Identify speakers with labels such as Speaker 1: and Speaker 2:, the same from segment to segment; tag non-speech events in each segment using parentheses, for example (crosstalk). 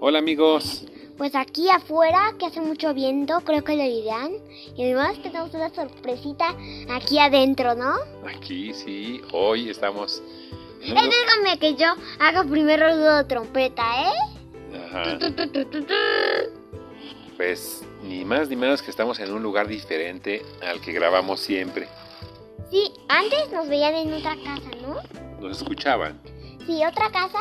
Speaker 1: Hola amigos.
Speaker 2: Pues aquí afuera, que hace mucho viento, creo que lo dirán. Y además tenemos una sorpresita aquí adentro, ¿no?
Speaker 1: Aquí sí, hoy estamos... en
Speaker 2: Eh,
Speaker 1: un lu-
Speaker 2: déjame que yo haga primero el ruido de trompeta, ¿eh?
Speaker 1: Ajá.
Speaker 2: Tu, tu, tu, tu, tu.
Speaker 1: Pues ni más ni menos que estamos en un lugar diferente al que grabamos siempre.
Speaker 2: Sí, antes nos veían en otra casa, ¿no?
Speaker 1: Nos escuchaban.
Speaker 2: Sí, otra casa,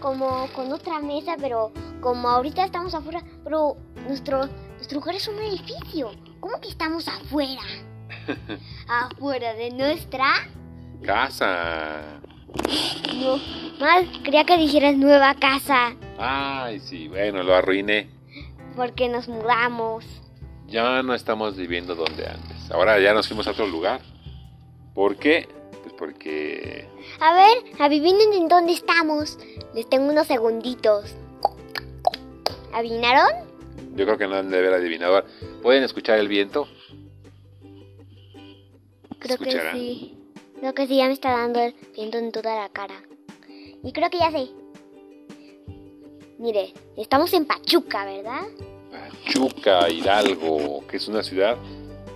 Speaker 2: como con otra mesa, pero como ahorita estamos afuera, pero nuestro, nuestro lugar es un edificio. ¿Cómo que estamos (laughs) afuera? afuera de nuestra...
Speaker 1: Casa.
Speaker 2: No, más quería que dijeras nueva casa,
Speaker 1: Ay, sí, bueno, lo arruiné.
Speaker 2: porque nos mudamos.
Speaker 1: Ya no estamos viviendo donde antes. Ahora ya nos fuimos a otro lugar. ¿Por qué? Pues porque...
Speaker 2: A ver, adivinen en dónde estamos. Les tengo unos segunditos. ¿Adivinaron?
Speaker 1: Yo creo que no han de haber adivinado. Ahora, ¿Pueden escuchar el viento?
Speaker 2: Creo que
Speaker 1: Escucharán.
Speaker 2: sí. Creo que sí, ya me está dando el viento en toda la cara. Y creo que ya sé. Mire, estamos en Pachuca, ¿verdad?
Speaker 1: Pachuca, Hidalgo, que es una ciudad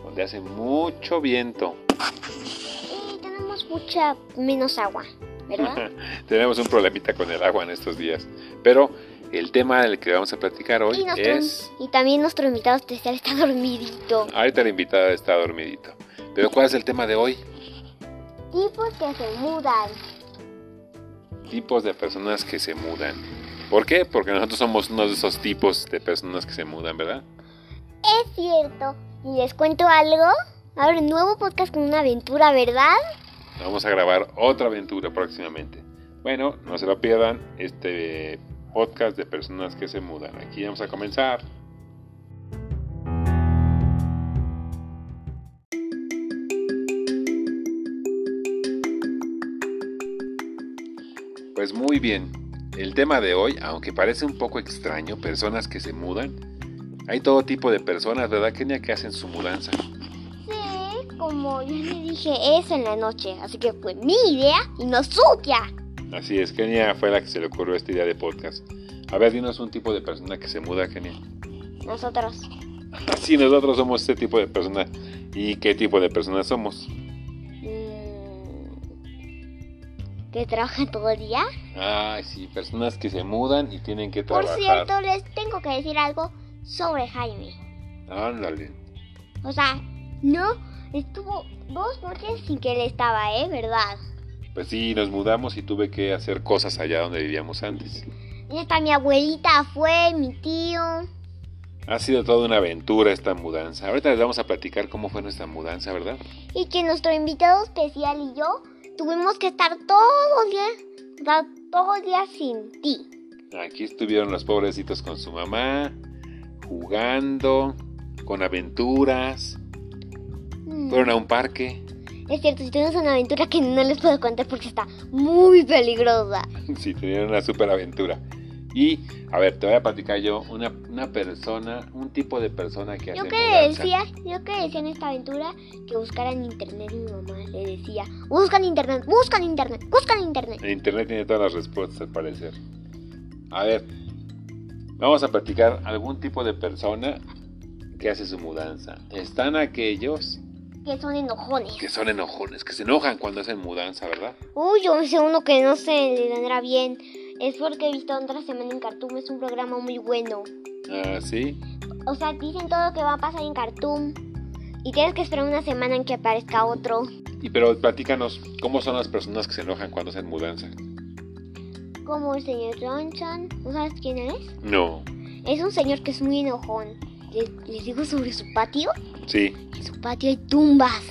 Speaker 1: donde hace mucho viento.
Speaker 2: Y Eh, tenemos mucha menos agua,
Speaker 1: (laughs)
Speaker 2: ¿verdad?
Speaker 1: Tenemos un problemita con el agua en estos días. Pero el tema del que vamos a platicar hoy
Speaker 2: y, nuestro-
Speaker 1: es...
Speaker 2: y también nuestro invitado especial está (laughs) dormidito.
Speaker 1: Ahorita el invitado está dormidito. Pero ¿cuál es el tema de hoy?
Speaker 2: Tipos que se mudan.
Speaker 1: Tipos de personas que se mudan. ¿Por qué? Porque nosotros somos uno de esos tipos de personas que se mudan, ¿verdad?
Speaker 2: Es cierto. Y les cuento algo. Ahora, nuevo podcast con una aventura, ¿verdad?
Speaker 1: Vamos a grabar otra aventura próximamente. Bueno, no se lo pierdan este podcast de personas que se mudan. Aquí vamos a comenzar. Pues muy bien. El tema de hoy, aunque parece un poco extraño, personas que se mudan. Hay todo tipo de personas, ¿verdad, Kenia? Que hacen su mudanza.
Speaker 2: Sí, como yo le dije eso en la noche. Así que fue mi idea y no suya.
Speaker 1: Así es, Kenia fue la que se le ocurrió esta idea de podcast. A ver, dinos un tipo de persona que se muda, Kenia.
Speaker 2: Nosotros.
Speaker 1: Así nosotros somos este tipo de persona. ¿Y qué tipo de personas somos?
Speaker 2: mm, ¿Que trabajan todo el día?
Speaker 1: Ah, sí, personas que se mudan y tienen que
Speaker 2: Por
Speaker 1: trabajar.
Speaker 2: cierto, les tengo que decir algo sobre Jaime.
Speaker 1: Ándale.
Speaker 2: O sea, no, estuvo dos noches sin que él estaba, ¿eh? ¿Verdad?
Speaker 1: Pues sí, nos mudamos y tuve que hacer cosas allá donde vivíamos antes.
Speaker 2: Y hasta mi abuelita fue, mi tío.
Speaker 1: Ha sido toda una aventura esta mudanza. Ahorita les vamos a platicar cómo fue nuestra mudanza, ¿verdad?
Speaker 2: Y que nuestro invitado especial y yo tuvimos que estar todos días, estar todos días sin ti.
Speaker 1: Aquí estuvieron los pobrecitos con su mamá, jugando, con aventuras.
Speaker 2: Mm.
Speaker 1: Fueron a un parque.
Speaker 2: Es cierto, si tenemos una aventura que no les puedo contar porque está muy peligrosa.
Speaker 1: (laughs) Sí, tenían una super aventura. Y, a ver, te voy a platicar yo una, una persona, un tipo de persona que hace
Speaker 2: Yo que le
Speaker 1: mudanza.
Speaker 2: decía, yo que le decía en esta aventura que buscaran en internet mi mamá le decía, buscan internet, buscan internet, buscan internet.
Speaker 1: El internet tiene todas las respuestas, al parecer. A ver, vamos a platicar algún tipo de persona que hace su mudanza. Están aquellos
Speaker 2: Que son enojones.
Speaker 1: que son enojones, que se enojan cuando hacen mudanza, ¿verdad?
Speaker 2: Uy, yo me sé uno que no se le vendrá bien. Es porque he visto otra semana en Cartoon, es un programa muy bueno.
Speaker 1: Ah, sí.
Speaker 2: O sea, dicen todo lo que va a pasar en Cartoon. Y tienes que esperar una semana en que aparezca otro.
Speaker 1: Y pero platícanos, ¿cómo son las personas que se enojan cuando hacen mudanza?
Speaker 2: Como el señor Johnson. ¿No sabes quién es?
Speaker 1: No.
Speaker 2: Es un señor que es muy enojón. Les, les digo sobre su patio.
Speaker 1: Sí.
Speaker 2: En su patio hay tumbas.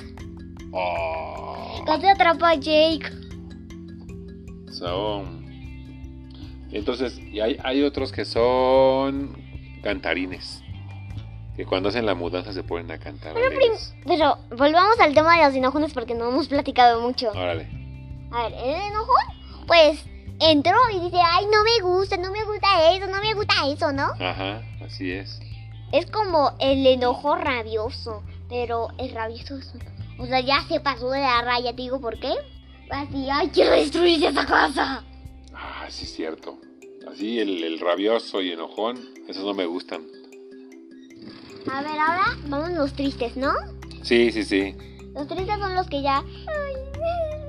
Speaker 1: Oh.
Speaker 2: Casi atrapa a Jake.
Speaker 1: Son. Entonces, y hay, hay otros que son cantarines. Que cuando hacen la mudanza se ponen a cantar. alegres.
Speaker 2: Pero volvamos al tema de los enojones porque no hemos platicado mucho.
Speaker 1: Órale.
Speaker 2: A ver, el enojón, pues entró y dice, ay, no me gusta, no me gusta eso, no me gusta eso, ¿no?
Speaker 1: Ajá, así es.
Speaker 2: Es como el enojo rabioso, pero el rabioso es... O sea, ya se pasó de la raya, te digo, ¿por qué? Así, ay, quiero destruir esa casa.
Speaker 1: Ah, sí, es cierto. Así, el, el rabioso y enojón, esos no me gustan.
Speaker 2: A ver, ahora vamos los tristes, ¿no?
Speaker 1: Sí, sí, sí.
Speaker 2: Los tristes son los que ya. Ay,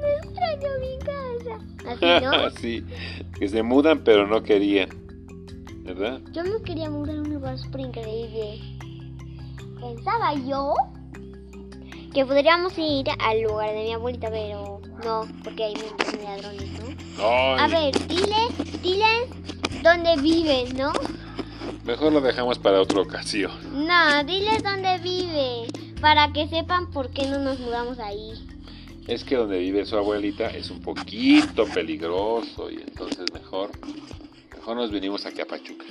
Speaker 2: me extraño mi casa. Así, ¿no?
Speaker 1: (laughs) sí, que se mudan pero no querían. ¿Verdad?
Speaker 2: Yo me quería mudar a un lugar súper increíble. Pensaba yo que podríamos ir al lugar de mi abuelita, pero no, porque hay muchos ladrones, ¿no? A
Speaker 1: Ay,
Speaker 2: ver, diles, diles dónde viven, ¿no?
Speaker 1: Mejor lo dejamos para otra ocasión.
Speaker 2: No, diles dónde vive, para que sepan por qué no nos mudamos ahí.
Speaker 1: Es que donde vive su abuelita es un poquito peligroso y entonces mejor, mejor nos vinimos aquí a Pachuca.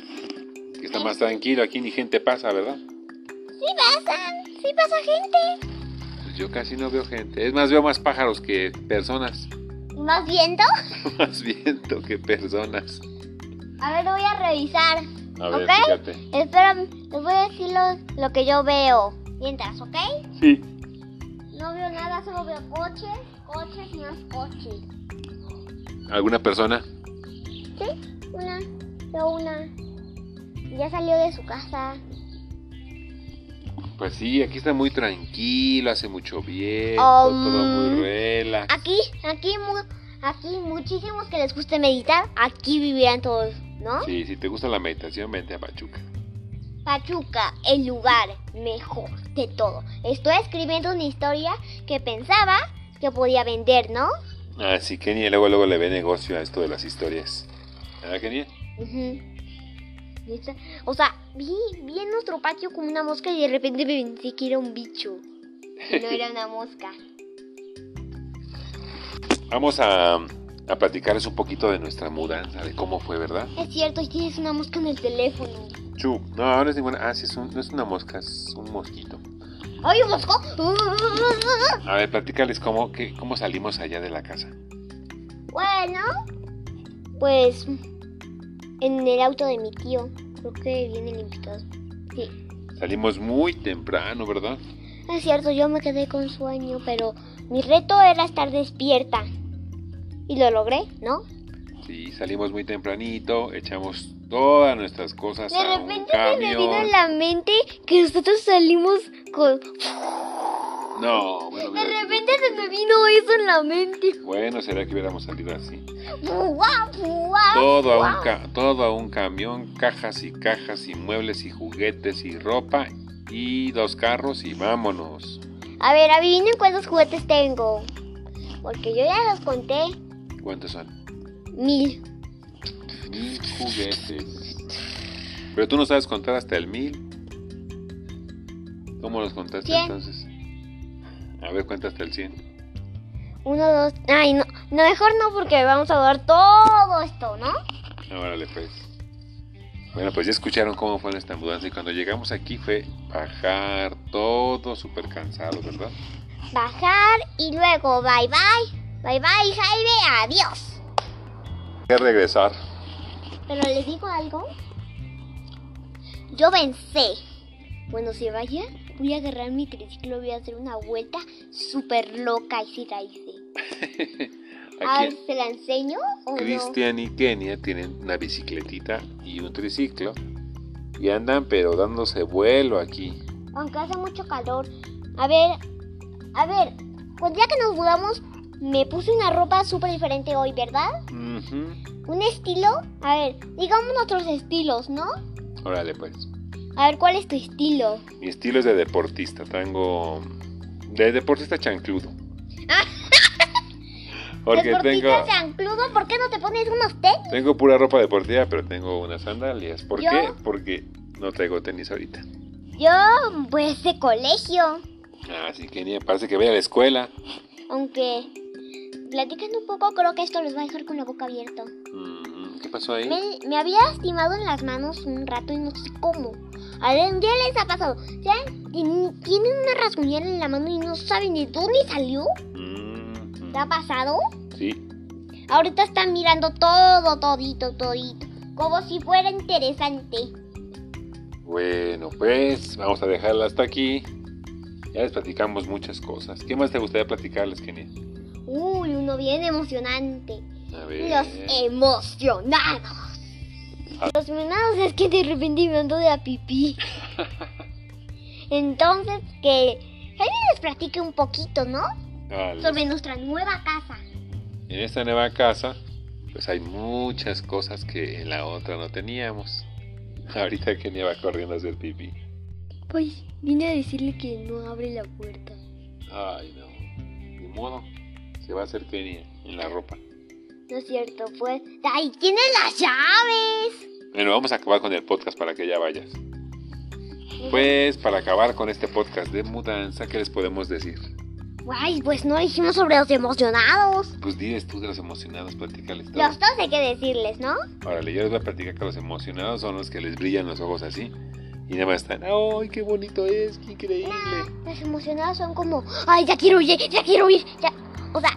Speaker 1: Que está más tranquilo, aquí ni gente pasa, ¿verdad?
Speaker 2: Sí pasan, sí pasa gente.
Speaker 1: Pues yo casi no veo gente. Es más, veo más pájaros que personas. (laughs)
Speaker 2: ¿Vas viendo?
Speaker 1: Más viento que personas.
Speaker 2: A ver, voy a revisar.
Speaker 1: A ver,
Speaker 2: ¿Ok?
Speaker 1: fíjate.
Speaker 2: Espera, les voy a decir lo, lo que yo veo. Mientras, ¿ok?
Speaker 1: Sí.
Speaker 2: No veo nada, solo veo coches, coches y más coches.
Speaker 1: ¿Alguna persona?
Speaker 2: ¿Sí? Una, veo una. Ya salió de su casa.
Speaker 1: Pues sí, aquí está muy tranquilo, hace mucho viento,
Speaker 2: Um, ¿ah,
Speaker 1: todo muy relax.
Speaker 2: Aquí, aquí, mu- aquí muchísimos que les guste meditar, aquí vivirán todos, ¿no?
Speaker 1: Sí, si te gusta la meditación, vente a Pachuca.
Speaker 2: Pachuca, el lugar mejor de todo. Estoy escribiendo una historia que pensaba que podía vender, ¿no?
Speaker 1: Así que Kenia Ah, luego luego le ve negocio a esto de las historias. ¿Verdad, Kenia?
Speaker 2: Ujú. Y esta- O sea, vi, vi en nuestro patio como una mosca y de repente pensé que era un bicho. Y no era una mosca.
Speaker 1: Vamos a, a platicarles un poquito de nuestra mudanza, de cómo fue, ¿verdad?
Speaker 2: (laughs) Es cierto, y tienes una mosca en el teléfono.
Speaker 1: Chu, no, no es ninguna. Ah, sí, es un- no es una mosca, es un mosquito.
Speaker 2: ¡Ay, un mosco!
Speaker 1: A ver, platícales cómo, qué- cómo salimos allá de la casa.
Speaker 2: Bueno, pues en el auto de mi tío. Creo que viene el invitado. Sí.
Speaker 1: Salimos muy temprano, ¿verdad?
Speaker 2: Es cierto, yo me quedé con sueño, pero mi reto era estar despierta. Y lo logré, ¿no?
Speaker 1: Sí, salimos muy tempranito, echamos todas nuestras cosas
Speaker 2: De
Speaker 1: a Pues un
Speaker 2: repente se me vino
Speaker 1: camión.
Speaker 2: en la mente que nosotros salimos con...
Speaker 1: No, bueno,
Speaker 2: De
Speaker 1: mira,
Speaker 2: repente se me vino eso en la mente.
Speaker 1: bueno, será que hubiéramos salido así.
Speaker 2: ¡Buah, buah!
Speaker 1: Todo a,
Speaker 2: wow.
Speaker 1: un ca- todo a un camión, cajas y cajas y muebles y juguetes y ropa y dos carros y vámonos.
Speaker 2: A ver, adivinen cuántos juguetes tengo. Porque yo ya los conté.
Speaker 1: ¿Cuántos son?
Speaker 2: Mil.
Speaker 1: Mil juguetes. Pero tú no sabes contar hasta el mil. ¿Cómo los contaste
Speaker 2: Cien.
Speaker 1: entonces? A ver, cuenta hasta el cien.
Speaker 2: Uno, dos... Ay, no. no, mejor no porque vamos a dar todo esto, ¿no?
Speaker 1: Ah, Órale, pues. Bueno, pues ya escucharon cómo fue nuestra mudanza y cuando llegamos aquí fue bajar todo súper cansado, ¿verdad?
Speaker 2: Bajar y luego bye bye. Bye bye, Jaime. Adiós.
Speaker 1: Que regresar.
Speaker 2: Pero les digo algo. Yo vencé. Cuando se vaya, voy a agarrar mi triciclo, voy a hacer una vuelta súper loca y si la hice. A
Speaker 1: Aquí
Speaker 2: ver, ¿se la enseño o
Speaker 1: Cristian y Kenia tienen una bicicletita y un triciclo y andan pero dándose vuelo aquí.
Speaker 2: no? Aunque hace mucho calor. A ver, a ver, pues ya que nos mudamos, me puse una ropa súper diferente hoy, ¿verdad?
Speaker 1: Ujú.
Speaker 2: Un estilo, a ver, digamos nuestros estilos, ¿no?
Speaker 1: Órale, pues.
Speaker 2: A ver, ¿cuál es tu estilo?
Speaker 1: Mi estilo es de deportista, tengo... De deportista
Speaker 2: (laughs)
Speaker 1: chancludo. Porque tengo...
Speaker 2: Deportista chancludo, ¿por qué no te pones unos tenis?
Speaker 1: Tengo pura ropa deportiva, pero tengo unas sandalias. ¿Por
Speaker 2: ¿Yo?
Speaker 1: qué? Porque no traigo tenis ahorita.
Speaker 2: Yo, pues de colegio,
Speaker 1: Así que ni Ah, parece que voy a la escuela.
Speaker 2: aunque platicando un poco, creo que esto los va a dejar con la boca abierta.
Speaker 1: Mm, ¿Qué pasó ahí?
Speaker 2: Me, me había lastimado en las manos un rato y no sé cómo. ¿Algún día les ha pasado? ¿Saben? Tien- ¿Tienen una rasguñada en la mano y no saben de dónde salió?
Speaker 1: Mm,
Speaker 2: ¿Te ha pasado?
Speaker 1: sí.
Speaker 2: Ahorita están mirando todo, todito, todito. Como si fuera interesante.
Speaker 1: Bueno, pues vamos a dejarla hasta aquí. Ya les platicamos muchas cosas. ¿Qué más te gustaría platicarles, Kenia?
Speaker 2: Uy, uno bien emocionante.
Speaker 1: A ver.
Speaker 2: Los emocionados. Los menados es que de repente me ando de a pipí. Entonces, que Jaime les platique un poquito, ¿no?
Speaker 1: Al-
Speaker 2: Sobre nuestra nueva casa.
Speaker 1: En esta nueva casa, pues hay muchas cosas que en la otra no teníamos. (laughs) Ahorita Kenia va corriendo a hacer pipí.
Speaker 2: Pues vine a decirle que no abre la puerta.
Speaker 1: Ay, no. Ni modo. Se va a hacer Kenia en la ropa.
Speaker 2: No es cierto, pues. ¡Ahí tiene las llaves!
Speaker 1: Bueno, vamos a acabar con el podcast para que ya vayas. Pues para acabar con este podcast de mudanza, ¿qué les podemos decir?
Speaker 2: Guay, pues no dijimos sobre los emocionados.
Speaker 1: Pues diles tú de los emocionados, platícales todo.
Speaker 2: Los dos hay que decirles, ¿no?
Speaker 1: Órale, yo les voy a platicar que los emocionados son los que les brillan los ojos así. Y nada más están, ¡ay, qué bonito es! ¡Qué increíble!
Speaker 2: Los emocionados son como, ay, ya quiero ir, ya quiero ir. Ya. O sea,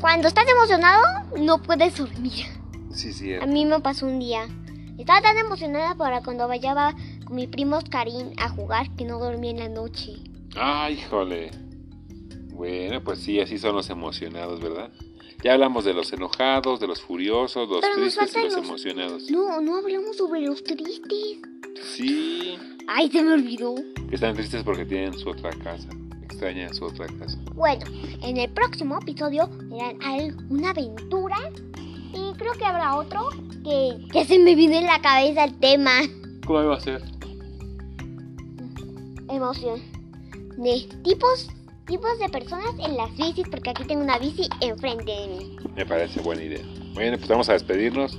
Speaker 2: cuando estás emocionado, no puedes dormir.
Speaker 1: Sí,
Speaker 2: A
Speaker 1: cierto.
Speaker 2: mí me pasó un día. Estaba tan emocionada para cuando vayaba con mi primo Oscarín a jugar que no dormí en la noche.
Speaker 1: ¡Ay, jole! Ah, Bueno, pues sí, así son los emocionados, ¿verdad? Ya hablamos de los enojados, de los furiosos, los
Speaker 2: Pero nos
Speaker 1: tristes y
Speaker 2: faltan
Speaker 1: los
Speaker 2: los-
Speaker 1: emocionados.
Speaker 2: No, no hablamos sobre los tristes.
Speaker 1: Sí,
Speaker 2: Ay, se me olvidó.
Speaker 1: que están tristes porque tienen su otra casa. Extrañan su otra casa.
Speaker 2: Bueno, en el próximo episodio verán al- una aventura. Y creo que habrá otro que, que se me viene en la cabeza el tema.
Speaker 1: ¿Cómo iba a ser?
Speaker 2: Emoción. De tipos, tipos de personas en las bicis, porque aquí tengo una bici enfrente de mí.
Speaker 1: Me parece buena idea. Bueno, pues vamos a despedirnos.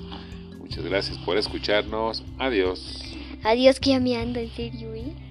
Speaker 1: Muchas gracias por escucharnos. Adiós.
Speaker 2: Adiós que ya me ando, en serio, ¿eh?